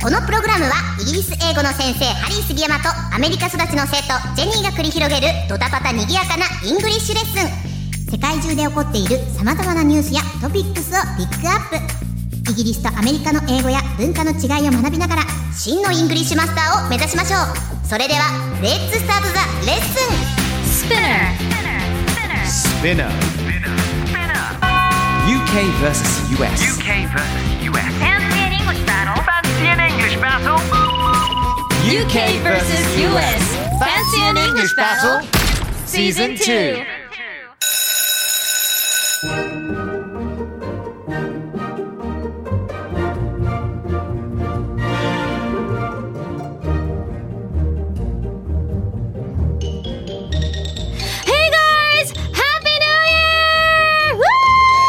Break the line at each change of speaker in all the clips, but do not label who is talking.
このプログラムはイギリス英語の先生ハリー杉山とアメリカ育ちの生徒ジェニーが繰り広げるドタパタにぎやかなイングリッシュレッスン世界中で起こっている様々なニュースやトピックスをピックアップイギリスとアメリカの英語や文化の違いを学びながら真のイングリッシュマスターを目指しましょうそれではレッツスタートザレッスン
Spinner. UK versus US.
UK versus US. Fancy an English battle. Fancy an English
UK versus US.
battle.
Fancy
Season
an English battle?
2.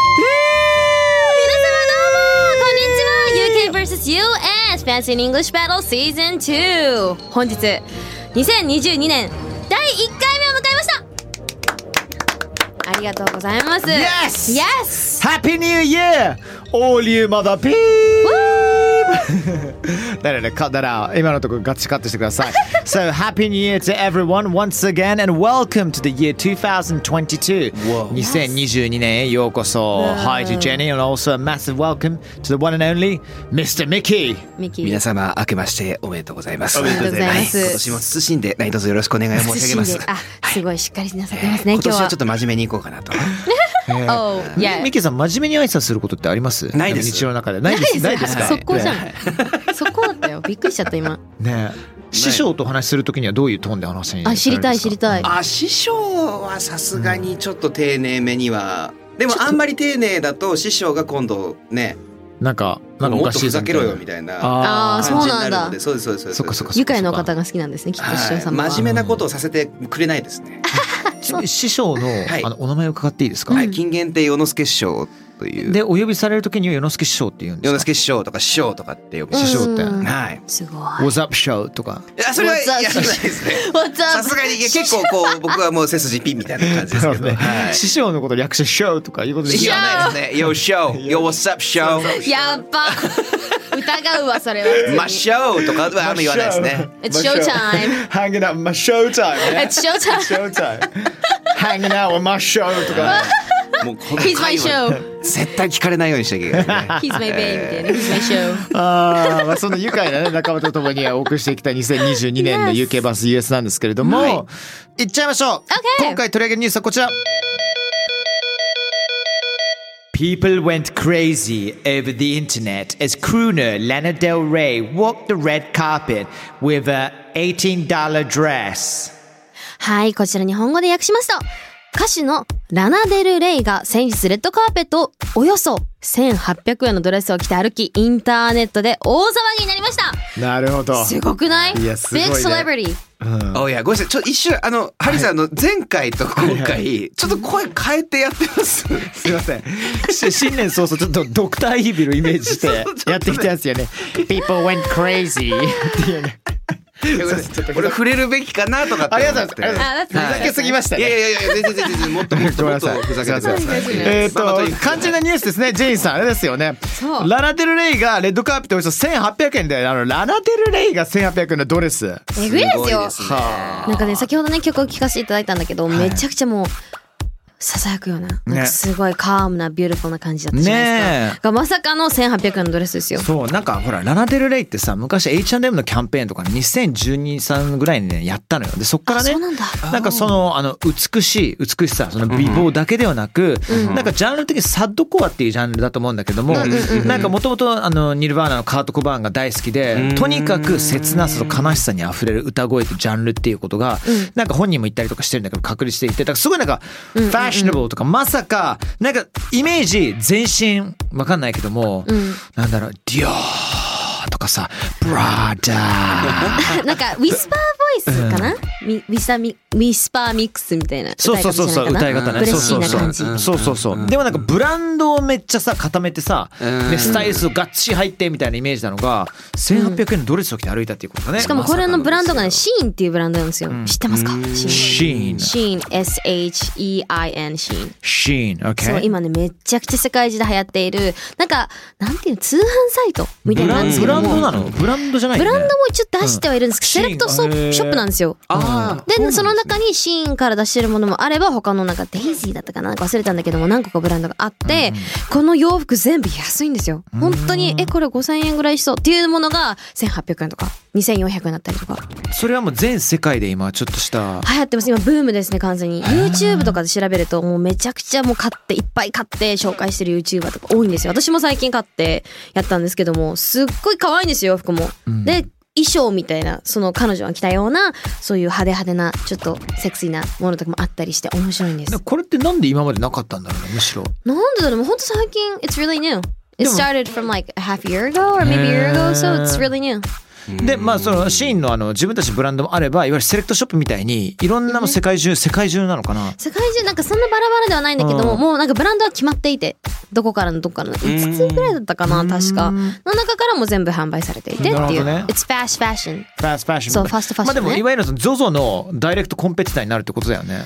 皆様どうもこんにちは UK vs US Fancy in English Battle Season 2本日2022年第1回目を迎えましたありがとうございます
Yes!
Yes!
Happy New Year, all you mother p e e だよね、cut that out. 今のところガチカットしてくだ さい。so, Happy New Year to everyone once again and welcome to the year 2022. 2022年へようこそ。Hi to Jenny and also a massive welcome to the one and only Mr. Mickey.
ミキ
皆様、明けましておめでとうございます。
おめでとうございます
は今年も謹んで、何卒よろしくお願い申し上げます。
あすごいしっかりなさってますね
今
今日
年
は
はちょっと真面目にいこうかなと。
Oh yeah
ミッキーさん、真面目に挨拶することってあります
ないです
日常の中で。ないです。ないですか
速攻じゃん速攻だったよびっくりしちゃった今
ね師匠とお話しするときにはどういうトーンでお話しに
あ知りたい知り
い。
たい
あ、師匠はさすがにちょっと丁寧めには。でもあんまり丁寧だと師匠が今度ね、
なんか、なんかお
も
か
っと
しい
ふざけろよみ
い
たいな
あ
あー
あ、
感じ
そうなん
になるの
だ
で、そうですそうです
そっか
うです。
そっか。
愉快なお方が好きなんですねきっと師匠
はい
様は
真面目なことをさせてくれないですね。
ちなみに師匠の、
い
あのお名前を伺っていいですか、
はい、金言亭与之助師匠という。
で、お呼びされるときには、与之助師匠って言うんで
与
す
之
か
助師匠とか師匠とかって呼ぶ。
師匠って。
うん
はい。
すごい
What's up, show? とか。
いや、それは
What's up
やらないですね。
What's
さ
up?
すがにいや結構こう僕はもう背筋ピンみたいな感 じですけど。はい。
師匠のこと略して、ショーとかいうことです
言わ
よね。
ないですね。Yo show, yo what's up show,
やっ ぱ疑うわそれは
my show とかはあんま言わないですね。
It's showtime
Hanging out my showtime. ね
It's showtime
showtime. Hanging out with my show と か。
もうこの
He's my
会話
show
絶対聞かれないようにしなきゃいけないね。
He's my babe みたいな He's my show
あーまあそんな愉快なね仲間と共にお送りしてきた2022年の UK バス US なんですけれども、
はい
行っちゃいましょう、
Okay
今回取り上げるニュースはこちら People went crazy over the internet as crooner Lana Del Rey walked the red carpet with a $18 dress
はい、こちら日本語で訳しますと、歌手のラナデル・レイが先日レッドカーペットをおよそ1800円のドレスを着て歩き、インターネットで大騒ぎになりました
なるほど
すごくない
いやすごいね
?Big celebrity!
おいやごめんなさい。ちょっと一瞬あのハリーさんの前回と今回ちょっと声変えてやってます。
すいません。し新年早々ちょっとドクターイービルをイメージ してやってきたんですよね。People went crazy っていうね。
俺触れるべきかなとかって
ありが
思
とう
っ
ござい
て。
ます。
あ
ふざけすぎました
いやい
ね。
やいや全然全然全然もっともっと
ごめん
も
な
っと
さい
ふざけてください。
えーっ
まあまあとに
と
かく
肝心なニュースですね、ジェインさん、あれですよね
そ。う
ラナデルレイがレッドカーペットおよそ1800円で、あのラナデルレイが1800円のドレス。
えぐいですよ
すごいね
なんかね、先ほどね、曲を聴かせていただいたんだけど、めちゃくちゃもう、ささやくような、なんかすごいカームな、ビューティフルな感じだったじゃないですか。がまさかの1800円のドレスですよ。
そうなんかほらラナデルレイってさ昔 H&M のキャンペーンとかね2012 3ぐらいにねやったのよでそっからね
あそうなんだ
なんかそのあの美しい美しさその美貌だけではなく、なんかジャンル的にサッドコアっていうジャンルだと思うんだけども、なんかもともとあのニルバーナのカート・コバーンが大好きで、とにかく切なさと悲しさにあふれる歌声とジャンルっていうことが、なんか本人も言ったりとかしてるんだけど確立していてだからすごいなんかファッショナブルとか、まさかなんかイメージ全身わかんないけども、なんだろうディオーとかさ、ブラダー。
なんか、ウィスパーボイスかな、みウィサミウィスパーミックスみたいな
そうそうそうそう歌い方ね
ブレ
そ
ッ
う
シ
そ
ー
う
な
そう
感じ
じ
そうそうそうでもなんかブランドをめっちゃさ固めてさ
うん
でスタイリストがっちり入ってみたいなイメージなのが1800円のドレスを着て歩いたっていうことだね
しかもこれのブランドがねシーンっていうブランドなんですよ、知ってますかシーン
シーン
シーン SHEIN シーン
シーン OK
そう今ねめっちゃくちゃ世界中で流行っているなんかなんていうの通販サイトみたい
ブ
なの
ラ
なんで
ン
す
ド
け
ブ
ど
ランド
も
なのブランドじゃない
ブ
よね
ランドも一応出してはいるんですけ
う
ど、
ん
セレクトソ
シーン
ショップなんですよ。
あー
で、その
なんで
中にシーンから出してるものもあれば、他のなんかデイジーだったかななんか忘れたんだけども、何個かブランドがあって、この洋服全部安いんですよ。本当に、え、これ5000円ぐらいしそうっていうものが1800円とか2400円だったりとか。
それはもう全世界で今ちょっとした
流行ってます。今ブームですね、完全に。YouTube とかで調べると、もうめちゃくちゃもう買って、いっぱい買って紹介してる YouTuber とか多いんですよ。私も最近買ってやったんですけども、すっごい可愛いんですよ、洋服も。で、衣装みたいな、その彼女が着たような、そういう派手派手な、ちょっとセクシーなものとかもあったりして面白いんです。
これってなんで今までなかったんだろうねむしろ
なんでだろう、もうほんと最近、It's really new. It started from like a half year ago or maybe a year ago, so it's really new.
でまあそのシーンのあの自分たちのブランドもあればいわゆるセレクトショップみたいにいろんなもう世界中世界中なのかな
世界中なんかそんなバラバラではないんだけども、
うん
もうなんかブランドは決まっていてどこからのどこからの5つぐらいだったかな確かの中からも全部販売されていて
な
って
るほ
い
ど
う、
ね
It's fast fashion
ファストファッション
そうファストファッシ
ま
ョンね
あでもいわゆるその ZOZO のダイレクトコンペティターになるってことだよね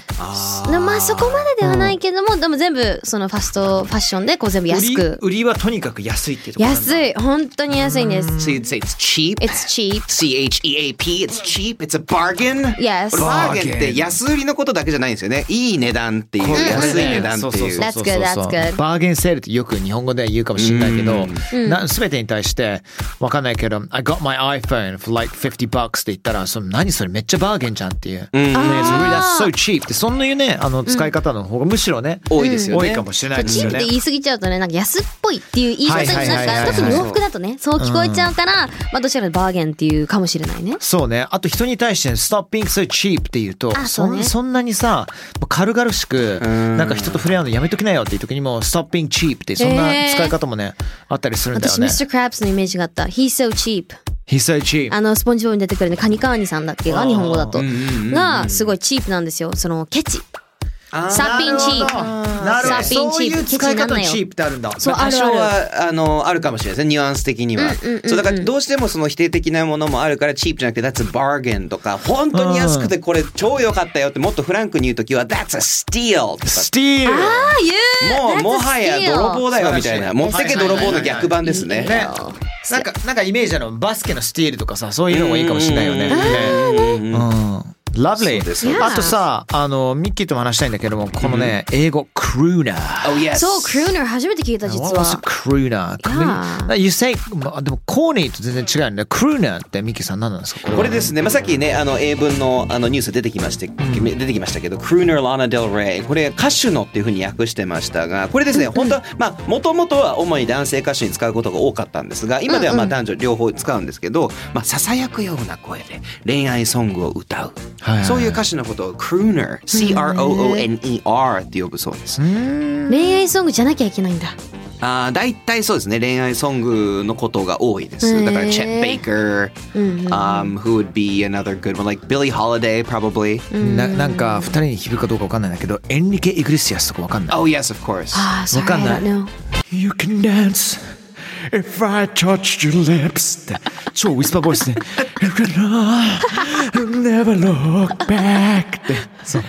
でまあそこまでではないけども、でも全部そのファストファッションでこう全部安く
売り売りはとにかく安いってとこなんだ
安い本当に安いんです
So you'd say it's cheap.
It's cheap
C H E A P. It's cheap. It's a bargain.
Yes
バーゲンって安売りのことだけじゃないんですよね。いい値段っていう、安い値段っていう。
That's good, that's good.
バーゲンセールってよく日本語で言うかもしれないけど、な全てに対して、わかんないけど、I got my iPhone for like 50 bucks って言ったら、その何それめっちゃバーゲンじゃんっていう。ね It's really- that's so cheap って、そんないうね、あの、使い方の方がむしろね、
多いですよね
多いかもしれないです
チー
よ
プって
ね。
言い過ぎちゃうとねなんか安っぽいっていう言い方に
はいはいはいはい
なん
は
か
い
特に洋服だとねそう聞こえちゃうから、まあどちらかというとバーゲンっていうかもしれないね
そうね。あと人に対して、stop being so cheap って言うと、
あ
そ
そうね
んそんなにさ、もう軽々しく、なんか人と触れ合うのやめときなよっていう時にも、stop being cheap って、そんな
へー
使い方もね、あったりするんだよ
私、
ね。
Mr. Krabs のイメージがあった He's so cheap
He's so cheap.
あのスポンジボブに出てくるねカニカーニさんだっけが日本語だと
うんうんうんうん
がすごいチープなんですよそのケチ
あー
サッピンチープ
なるほど。
サッピン
そう
チー
い
プ
う
ケチ
使
に
い
な
方
ん
の
なよ
チープってあるんだ。
そうあ
多
る
少
ある
はあのあるかもしれないですねニュアンス的には、そうだからどうしてもその否定的なものもあるからチープじゃなくて「That's a bargain」とか本当に安くてこれ超良かったよってもっとフランクに言う時は「That's a steal」とか
スティール
ああ
も
言う
うもはや泥棒だよみたいな
素晴らしい
持ってけ泥棒の逆版ですね。
ね。なんか、なんかイメージあるのバスケのスティールとかさ、そういうのもいいかもしれないよね。ねうん。ラブリ
そうですそう
ー。
です
あとさ、あの、ミッキーとも話したいんだけども、このね、英語、クルーナー。
Oh, yes.
そうクルーナー初めて聞いた実
What was
は
crooner?
Yeah.
You say, まあでもコーニーと全然違うんだ。クルーナーってミッキーさん何なんですかこれは
これですね、まあ、さっきねあの英文のあのニュース出てきまして、出てきましたけど「クルーナー・ラナ・デル・レイ」これ歌手のっていうふうに訳してましたがこれですね本当はまあもともとは主に男性歌手に使うことが多かったんですが今ではまあ男女両方使うんですけど、まあ、ささやくような声で恋愛ソングを歌う、
はいはい
そういう歌手のことを「クルーナー」「CROONER」って呼ぶそうです。
恋愛ソングじゃなきゃいけないんだ
ああ、大体そうですね。恋愛ソングのことが多いで
へ
す。
ー
だから、チェッ・ベイカー、um, who would be another good one, like Billie Holiday, probably.
ななんか二人に響くかどうかわかんないんだけど、エンリケ・イグリシアスとかわかんない。
Oh, yes, of course.
ああそ
わかんない You can dance if I touch your lips って超ウィスパーボイスで You can never look back ってそう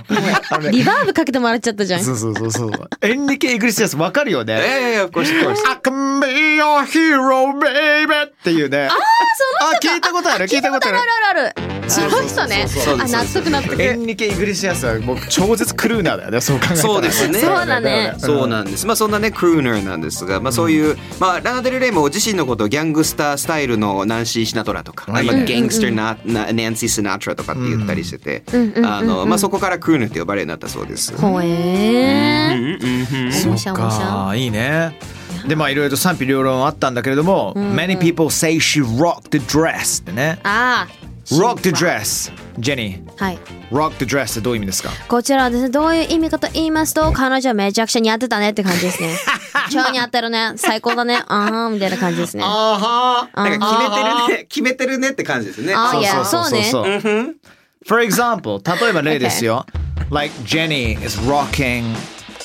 リバーブかけてもらっちゃったじゃん
そうそうそうそうエンリケ・イグリシアスわかるよね
yeah, yeah, yeah, of course, of course.
I can be your hero baby っていうねああ聞いたことある聞いたことある
あるあるあるその人ね
そうそうそうそう
あ納得納得
エンリケ・イグリシアスはもう超絶クルーナーだよねそう考えたら
そうですね。
そうだね
そうなんです。まあそんなねクルーナーなんですが、まあそういうまあラナデルレイも自身のことをギャングスタースタイルのナンシー・シナトラとか、
うん
まあゲングスターななナンシー・シナトラとかって言ったりしてて、あのまあそこからクルーナーって呼ばれるようになったそうです。
ほえー
そ
もしゃ
う
もし
か
ゃ
いいねでまあいろいろと賛否両論あったんだけれども、Many people say she rocked the dress ってね
ああ
Rock the dress ジェニー
はい
Rock the dress ってどういう意味ですか
こちらはですね、どういう意味かと言いますと、彼女はめちゃくちゃ似合ってたねって感じで すね。超似合ってるね。最高だね。あーんみたいな感 じですね。あ
あはなんか決めてるね、決めてるねって感じですね。
ーいや、
そう
そ
そううそう
ね。
そう For example, 例えば例ですよ。Like Jenny is rocking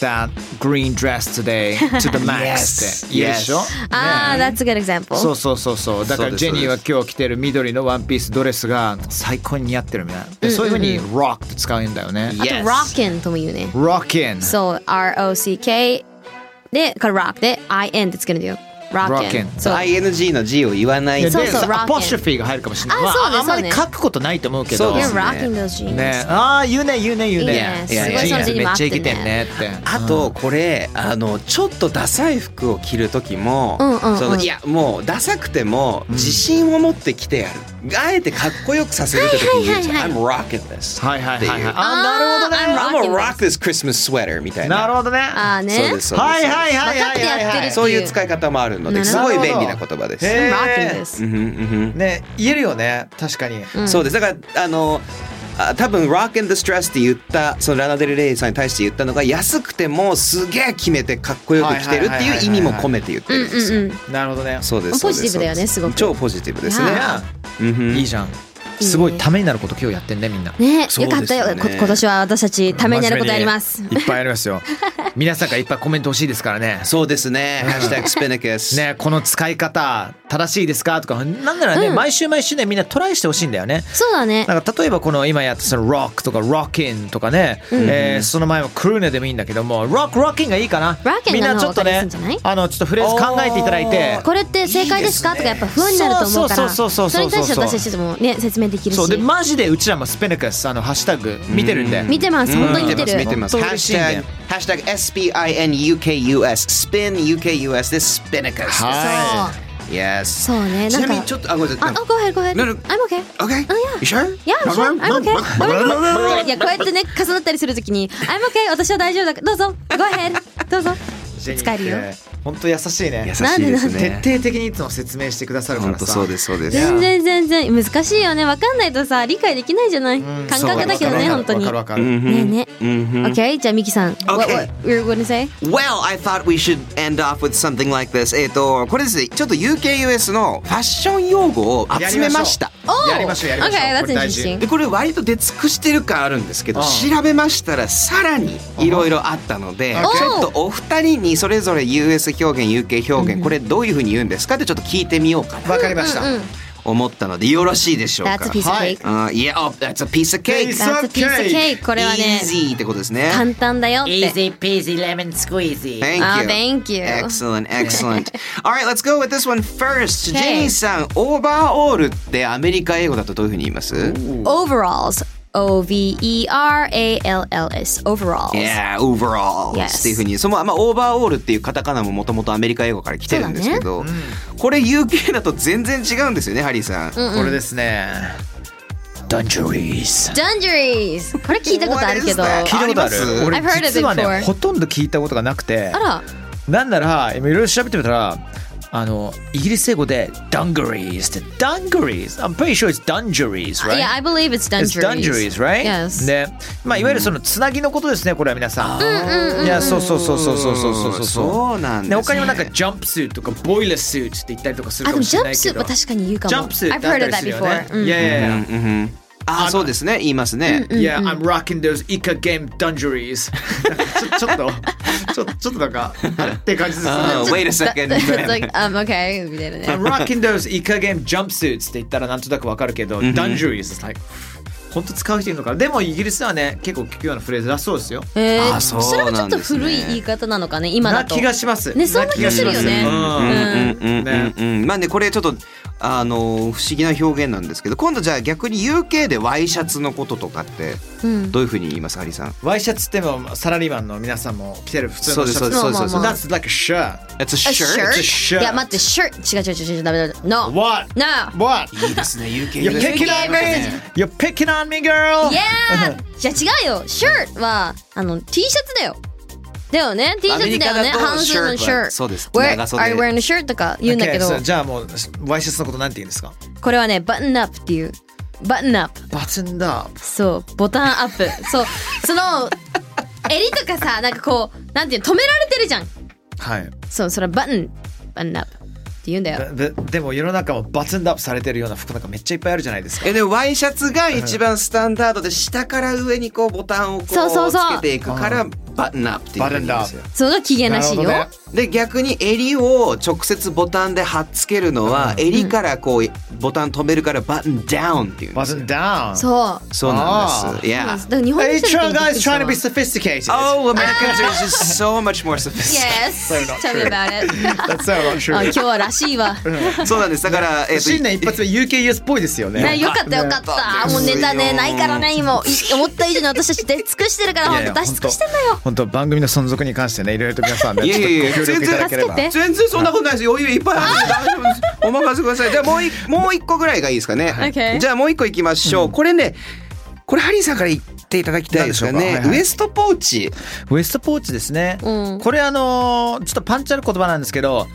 that green dress today to the max って言うでしょ
Yes.
ああ、that's a good example.
そうそうそうそうだから
そうです
ジェニーは今日着てる緑のワンピースドレスが最高に似合ってるみたいなでそういうふうに「rock」って使うんだよね
あと、rockin' とも言うね。
rockin
そう、R-O-C-K で、から rock で、I-N ってつけるんだよ。rockin'。
rockin
そう。
ING の G を言わない
で
で
そうそう
さ
rockin
アポストフィーが入るかもしれない
あ
ま
そうね
ああんま
そう
り
ね
書くことないと思うけど
そうです
You're rocking those jeans.
ねああ言うね言うね言う
い
ね
いね
いや
すごい
ジーン
その字に
め
も合
っ
って
ちゃ生
ね
きてんねって
あとこれあのちょっとダサい服を着る時も、
うんうんうん
そのいやもうダサくても自信を持って着てやる、あえてかっこよくさせるって時に言うじゃん「I'm rocking this」
はいはいはいはい
あ
あ
ー
「I'm
I'm rocking
gonna rock this Christmas sweater」みたいな
なるほどね
ああね。
そうですそうです
はいはいはい
分かっ
は
て
い
やって
はい
る
はい
って
そういう使い方もあるの
な
で
る
す
ほど
ごい便利な言葉です。
へ
rocking で
う
す。
んうんうん
ね言えるよね確かに
うん
そうですだからあのあ多分「Rock and the Stress」って言ったそのラナ・デル・レイさんに対して言ったのが安くてもすげえ決めてかっこよく着てるっていう意味も込めて言って
うん
るんですよ。
うんうん。
なるほどね
そうですそうです
ポジティブだよねすごく
超ポジティブですね
い。
や
うんうん
いいじゃんすごいためになること今日やってんねみんな
ね、
そう
よかったよ。
です
こ
よね
今年は私たちためになることやりま
真。
す
面目にいっぱいあります よ皆さんからいっぱいコメント欲しいですからね
そうですね。ハッシュタグスペネケス。
ねこの使い方正しいですかとかなんならね、毎週毎週ねみんなトライしてほしいんだよね
そうだね。
なんか例えばこの今やったその rock とか rockin とかね、えーその前もクルーネでもいいんだけども rock rockin がいいかな
rocking
みんなちょっと
があ
ね
の分かりやすいんじゃない
あのちょっとフレーズ考えていただいて
これって正解ですか
いい
と
ですね
かやっぱ不安になると思うから
そうそうそうそうそうそう
それに対して私たちでもね説明できるし
そうでマジでうちらもスペネカスあのハッシュタグ見てるんで、
見てます本当に見てる
見てます。
本当
ハッ
嬉し
シ
い
ュ
ね
タグ、ハッシュタグ SPINUKUS、スピン UKUS でスペネケス。。
はい
Yes。
そうね
ち
な
なんみに
か
ちょっと、あ、ごめんなさ
あ
い。
あ go ahead go ahead
なる
I'm okay
Okay. You sure?
Yeah, sure. I'm okay.
No, no, no, no, no, no.
いやこうやってね重なったりするときに I'm okay 私は大丈夫だからどうぞ go ahead どうぞ
ジェニー
使えるよ
って本当優しいね
優しいです
なんで
ね。
徹底的にいつも説明してくださるから
本
さ
当そうですそうです。
いや
全然全然難しいよねわかんないとさ理解できないじゃない感覚だけどね
わ
本
か
当
るわ
にね
かるわかるわかる
えね
うんうん
Okay じゃあミキさん What
Okay
what you're gonna say
Well, I thought we should end off with something like this. えっと、これですね、ちょっと UKUS のファッション用語を集めました。
やりましょうやりましょうこ
Okay
れ大事
that's interesting
でこれ割と出尽くしてる感あるんですけど、
うん
調べましたらさらにいろいろあったので、
Okay
ちょっとお二人にそれぞれ US 表現 UK 表現これどういうふうに言うんですかってちょっと聞いてみようかな
わかりました、
思ったのでよろしいでしょうか
That's a piece of
はい
cake
あー Yeah, oh, that's a piece of cake
Piece
That's a piece of cake これはね
Easy ってことですね
簡単だよって
Easy peasy lemon squeezy.
Thank you.
Ah, thank you.
Excellent, excellent. All right, let's go with this one first.
Okay.
ジェニーさん、オーバーオールってアメリカ英語だとどういうふうに言います
Overalls O V E R A L L S Overalls
Yeah, overall.
Yes.
っていうふうに、そのまあオーバーオールっていうカタカナももともとアメリカ英語から来てるんですけど、これ UK だと全然違うんですよね、ハリーさん。
これですね Dungeries
Dungarees これ聞いたことあるけど
What is that?
聞いたことあ
あります
る俺
I've heard of it
実はね
before
ほとんど聞いたことがなくて
あら
なんなら今いろいろ調べてみたらあのイギリス英語で Dungarees って Dungarees I'm pretty sure it's Dungarees right?
Yeah I believe it's
It's
Dungarees
dungarees, right?
Yes
ね、まあいわゆるそのつなぎのことですね、これは皆さん。いや、そうそうそうそうそうそうそうそう。
そうなんです
ね、
ね
他にもなんかジャンプスーツとかボイラースーツって言ったりとかするか
あで
も
も
し
ジ
れ
ャ
な
ン
い
プ
け
ス
ど。
私かに言うかも
ジャンプスーツだ
I've
った
heard
り
of
す
that
るよね
before うん。
Yeah,
うんうんああ、そうですね、言いますね。
yeah, yeah. Yeah, I'm rocking those Ica game dungarees. ちょちょっと、ちょちょっとなんか、あれって感じですね。
あー Wait a second.
It's like um okay みたいなね
I'm rocking those Ica game jumpsuits って言ったらなんとなくわかるけど、dungarees is like 本当使う人いるのかなでもイギリスではね結構聞くようなフレーズだそうですよ
えー
あそう
それはちょ
な
っ
ん
と
ですね
古い言い方なのかね今だ
な
と
気がします
ねそんな気がするよ
な気がし
ね
ます
うん
うんうんうん、まあねこれちょっとあの不思議な表現なんですけど今度じゃあ逆に UK でワイシャツのこととかってどういうふうに言いますハリーさん
ワイシャツってもサラリーマンの皆さんも着てる普通
そう
の
で
シ
す
ャツ
そうですそうですそ
That's
うで
like a shirt.
A
That's a
It's a
shirt?
shirt.
いや待って shirt 違う違う違う違うダメだダメ No
What?
No
What?
いいですね UK
You're picking on me! You're picking on me, girl!
Yeah じ ゃあ違うよ shirt はあの T シャツだよだよね T シャツだよね
アメリカだと
半袖の
shirt は
shirt
そうです
Where
長袖
are you wearing a shirt とか言うんだけど
Okay, so じゃあもうワイシャツのことなんて言うんですか
これはねバッ u アップっていうバッ u アップ
バツンダー
そうボタンアッ プそうその襟とかさなんかこうなんていうの止められてるじゃん
はい。
そうそれはバッ u バッ u アップ言うんだよ。
ででも世の中もバツンダップされてるような服なんかめっちゃいっぱいあるじゃないですか
えでもワイシャツが一番スタンダードで下から上にこうボタンをこうつ
そうそうそう
けていくからバッナップっていう
バトンアップ
ふうに言うんですよ
それが機嫌らしいよ。
なるほどね
で逆に襟を直接ボタンで貼っつけるのは襟からこうボタン止めるからバッンダウンっていうんで
バ
す
ツ
よ
ンダウン
そう。
そうなんで
だ
す。Yeah.
から日本の
Hey,
人
try
にとって
guys
びっくりした
trying to be sophisticated.
わ
Oh, Americans are just so much more sophisticated.
Yes.
So not
Tell me
true.
about it.
That's so not
あ
true.
今日はらしいわ。
そうなんです。だから、えっと
新年一発目 UKUS っぽいですよ
ね、
ね。
よかったよかっ
だ
た。
って
もうネタね
よ
ないからね今い思った以上に私たち出尽くしてるから
い
本
やいや
当出し尽くしてんだよ。
本当番組の存続に関してねいろいろと皆さんね
いやいやいや
ちょっとご協力いただければ
全然
全然そんなことないですよ。余裕いっぱいあるんで大丈夫です。お任せくだ さい。じゃあもういもう一個ぐらいがいいですかね。
Okay
じゃあもう一個いきましょう。これね、これハリーさんから言っていただきたいですか
何でしょう
ね。
かはいはい
ウエストポーチ。
ウエストポーチですね、
うん
これあのーちょっとパンチある言葉なんですけど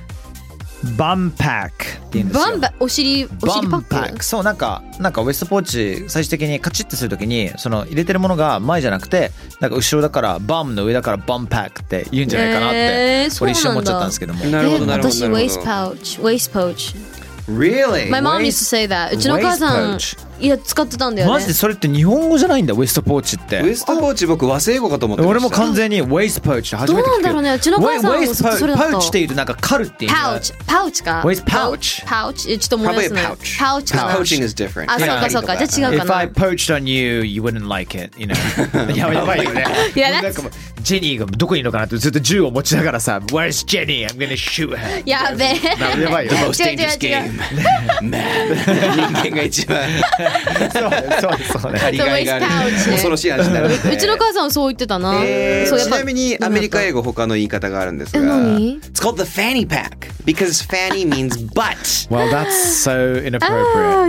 バンパックって言うんですよ
バンバお尻お尻パ
バンパ
ッ
ッ
ク
ク。そうなんかなんかウエストポーチ最終的にカチッとするときにその入れてるものが前じゃなくてなんか後ろだからバムの上だからバンパックって言うんじゃないかなって、
えーそう
俺
なんだ
一瞬思っちゃったんですけども
なるほど
え
なるほど
私
なるほど
waist pouch waist pouch。
Really?
My mom used to say that。うちの母さん
waist
いや使ってたんだよね。
マジでそれって日本語じゃないんだウエストポーチって
ウエストポーチ僕和製語かと思ってました。
俺も完全にウェイストポーチって初めて聞く
どうなんだろうねうちの母さんも
ウェイストポ
それ
ー
だ
チ
と
パウチっていうとなんかカルっていう
パウチパウチか。
Waist pouch
パウチえちょっと思い出
Probably
すね
a pouch.
パウチかな。
Pouching is different.
あそうかそうかじゃあ違うか
If
な
I。poached on you, you wouldn't like it, you know. やば いやばいよね。
いや
なんかもうジェニーがどこにいるのかなってずっと銃を持ちながらさ、Where's Jenny? I'm gonna shoot her.
やべえ。
やばいよ。
違う違う違う。
人間が一番
そうそうそうね。
張りがいがある
そうウエストポーチ
恐ろしい話になる
うちの母さんはそう言ってたな。
えー
そうやっ
ち
ぱ
なみにアメリカ英語他の言い方があるんですが
え何
It's called the fanny pack because fanny means butt
Well, that's so
Oh
inappropriate.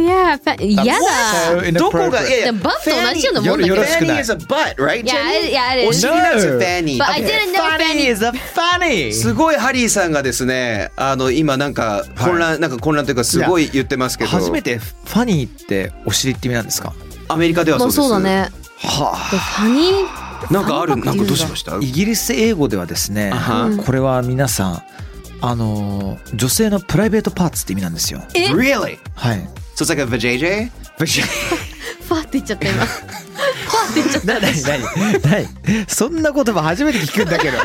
yeah, fa- 嫌だ。
So
どこがい
inappropriate.
やいや
でもバット同じようなもんだけど
よろしくな
Fanny
い
is a butt,
Yeah,
right? Jenny?
it- yeah, it is.
お尻なんですよ
No.
fanny
But I didn't know
Funny
Fanny.
is a funny.
すごいハリーさんがですねあの今なんか混乱、なんか混乱というかすごい言ってますけど
初めてファニーってお尻って意味なんですか
アメリカではそ
まあ
うです
そうだね。
は
でファニー。
あなんかある
ファニーパッ
な
クって言うん
んかど
だ
うしました
イギリス英語ではですね
あは
これは皆さんあのー女性のプライベートパーツって意味なんですよ
Really?
はい
So it's like a vajayjay?
ファって言っちゃった今。ファって言っちゃっ
ななになになにそんな言葉初めて聞くんだけど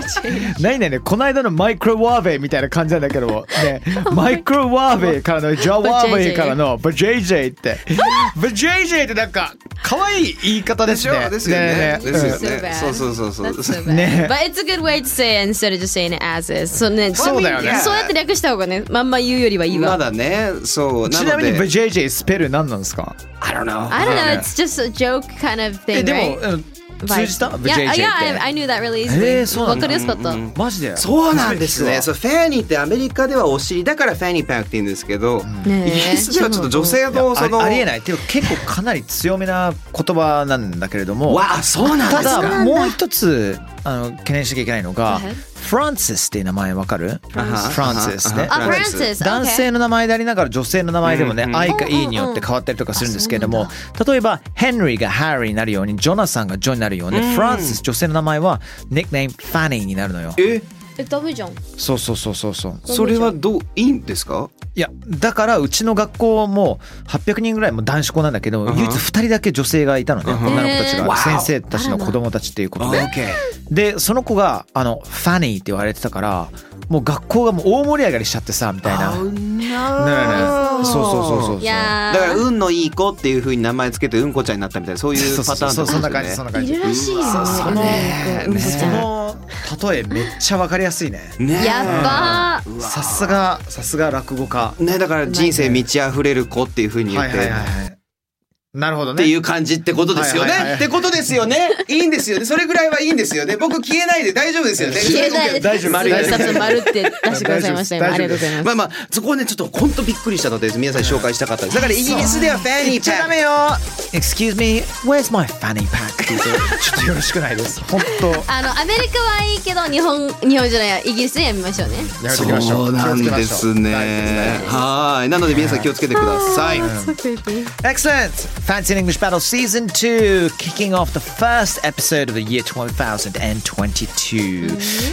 なになにこの間のマイクロワーベイみたいな感じなんだけども、ね、マイクロワーベイからのジャワーベイからのバジェイジェイってバジェイジェイってなんか可愛い言い方で
ですし
ね
ょですよ
ね
ね。ですよ
So bad.
ね。そうそうそう
た。
そう。
That's so
ね
bad. But it's a good way to say it instead of just saying it as is. そうね。
そうだよね
そうやって略した方がね、まんま言うよりはいい
ま
わ。
だね、そう。
ちなみに
の
バ
で
ジェイジェイスペル何なんですか
I don't know.
I don't know. It's just a joke kind of
え
thing,
で
right?
もうん通じたバ
Vibes.
ジェイジェイ
Yeah,
って
yeah. I I knew that really
えー
easily.
そうな
わ
んだ
かりやすかった。
マジで
そうなんですね。
初
そう、フェニーってアメリカではお尻、だからフェニーパンクって言うんですけど、
ねえ
イギリスではちょっと女性
めて聞
の
いたい
そ
や
の。
あありえないっていうか結構かなり強めな言葉なんだけれども
わあ、そうなん
た
ですか。
だもう一つあの懸念しなきゃいけないのが
Go ahead
フランシスっていう名前わかるフ
あは
ランシスね
あ
あ、
は
フランシス。
男性の名前でありながら女性の名前でもね「I」か「
うんうん
E」によって変わったりとかするんですけれども例えばヘンリーがハリーになるようにジョナサンがジョになるようにフランシス女性の名前はニックネームファニーになるのよ
え、
え、ダメじゃん。
そうそうそうそうそう
それはどう、いいんですか
いやだからうちの学校も800人ぐらいもう男子校なんだけど唯一2人だけ女性がいたのね
うん
女の子たち
へ
が
ー
先生たちの子供たちっていうことで
OK
でその子があのファニーって言われてたからもう学校がもう大盛り上がりしちゃってさみたいな。ねえねえそうそうそうそうそう。
いや
だから、運のいい子っていうふうに名前つけて、うんこちゃんになったみたいな、そうい
そう
う
そう
パ
そう
ターン
そうそんな感じそ
ね
んな感
ーい
じ。
るらしいよ。
そ
なんか
ね
うんこち
そ
ゃん
の例えめっちゃわかりやすいね。
ねえ
やばー
さすがさすが落語家。
ね、だから人生満ち溢れる子っていうふうに言
は
っ
い
て、
はいはいはい。なるほど
っ
ね。
ていう感じってことですよね。
はいはいはい
ってことですよね。いいんですよね。それぐらいはいいんですよね。僕消えないで大丈夫ですよね。
消えない
大丈夫
丸
大
一
丈夫
冊丸って出してくださいました今
大
あり
丈夫で
がとうご
す
ざいます
まあまあそこはねちょっと本当びっくりしたので皆さんに紹介したかったです。だからイギリスではファニーパック。
よ Excuse me, where's my fanny pack? って言うとちょっとよろしくないです。本当。
あのアメリカはいいけど日本日本じゃないやイギリスでやめましょうね
やめときましょう。
そうなんで
気をつけましょ
す
う
ね。はい。なので皆さん気をつけてください。
Excellent! Fancy English Battle Season 2 kicking off the first episode of the year 2022、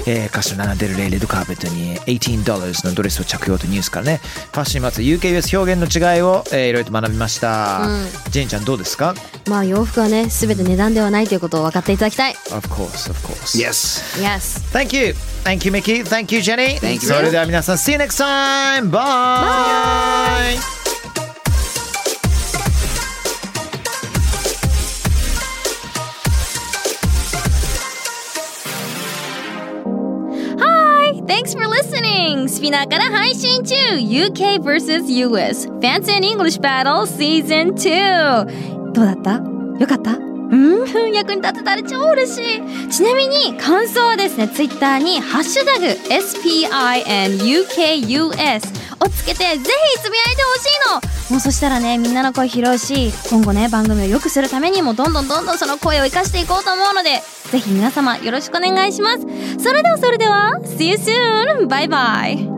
えー、歌手のナナデルレイレッドカーペットに$18のドレスを着用とニュースからねファッションにまつわる UKUS 表現の違いを、えー、いろいろと学びました、ジェニーちゃんどうですか
まあ洋服はね全て値段ではないということを分かっていただきたい
Of course, of course
Yes.
Yes
Thank you Thank you Mickey Thank you Jenny Thank you それでは皆さん See you next time Bye.
Hi! Thanks for listening! スピナーから配信中 !UK vs.US Fancy and English Battle Season 2! どうだったよかったうん役に立てたら超嬉しいちなみに感想はですね、ツイッターにハッシュタグ SPINUKUS をつけてぜひつぶやいてほしいのもうそしたらね、みんなの声拾うし、今後ね、番組を良くするためにもどんどんどんどんその声を生かしていこうと思うので、ぜひ皆様よろしくお願いします。それではそれでは、See you soon! バイバイ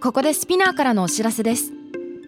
ここでスピナーからのお知らせです